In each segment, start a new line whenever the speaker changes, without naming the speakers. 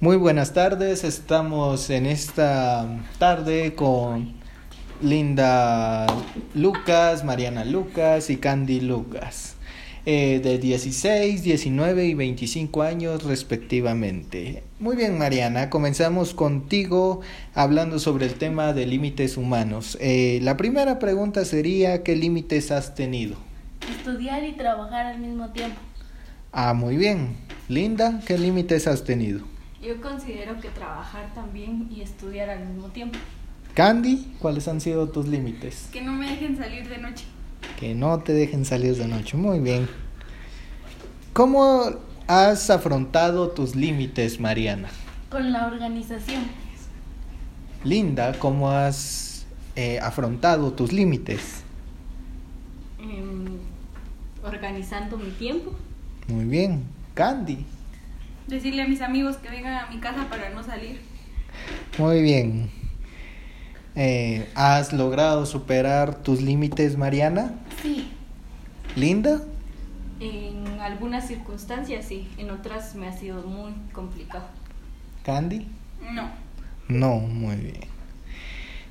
Muy buenas tardes, estamos en esta tarde con Linda Lucas, Mariana Lucas y Candy Lucas, eh, de 16, 19 y 25 años respectivamente. Muy bien Mariana, comenzamos contigo hablando sobre el tema de límites humanos. Eh, la primera pregunta sería, ¿qué límites has tenido?
Estudiar y trabajar al mismo tiempo.
Ah, muy bien. Linda, ¿qué límites has tenido?
Yo considero que trabajar también y estudiar al mismo tiempo.
Candy, ¿cuáles han sido tus límites?
Que no me dejen salir de noche.
Que no te dejen salir de noche. Muy bien. ¿Cómo has afrontado tus límites, Mariana?
Con la organización.
Linda, ¿cómo has eh, afrontado tus límites?
Em, organizando mi tiempo.
Muy bien. Candy,
Decirle a mis amigos que vengan a mi casa para no salir.
muy bien. Eh, ¿Has logrado superar tus límites, Mariana?
Sí.
Linda,
En algunas circunstancias sí, en otras me ha sido muy complicado.
Candy.
No.
No, muy bien.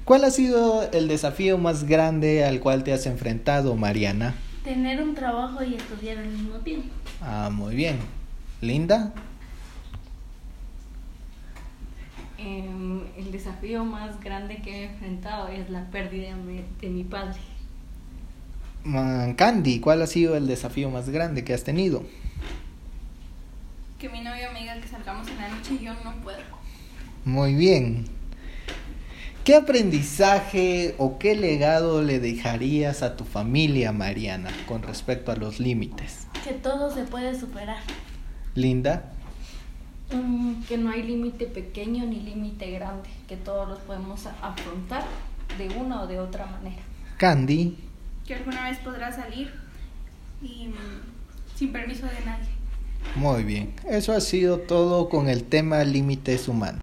¿Cuál ha sido el desafío más grande al cual te has enfrentado, Mariana?
Tener un trabajo y estudiar al mismo tiempo.
Ah, muy bien. Linda,
Em, el desafío más grande que he enfrentado es la pérdida de, de mi padre.
Mm, Candy, ¿cuál ha sido el desafío más grande que has tenido?
Que mi novio me diga que salgamos en la noche y yo no puedo.
Muy bien. ¿Qué aprendizaje o qué legado le dejarías a tu familia, Mariana, con respecto a los límites?
Que todo se puede superar.
Linda,
Mm, que no hay límite pequeño ni límite grande, que todos los podemos a- afrontar de una o de otra manera.
Candy,
que alguna vez podrá salir y mm, sin permiso de nadie.
muy bien. Eso ha sido todo con el tema límites humanos.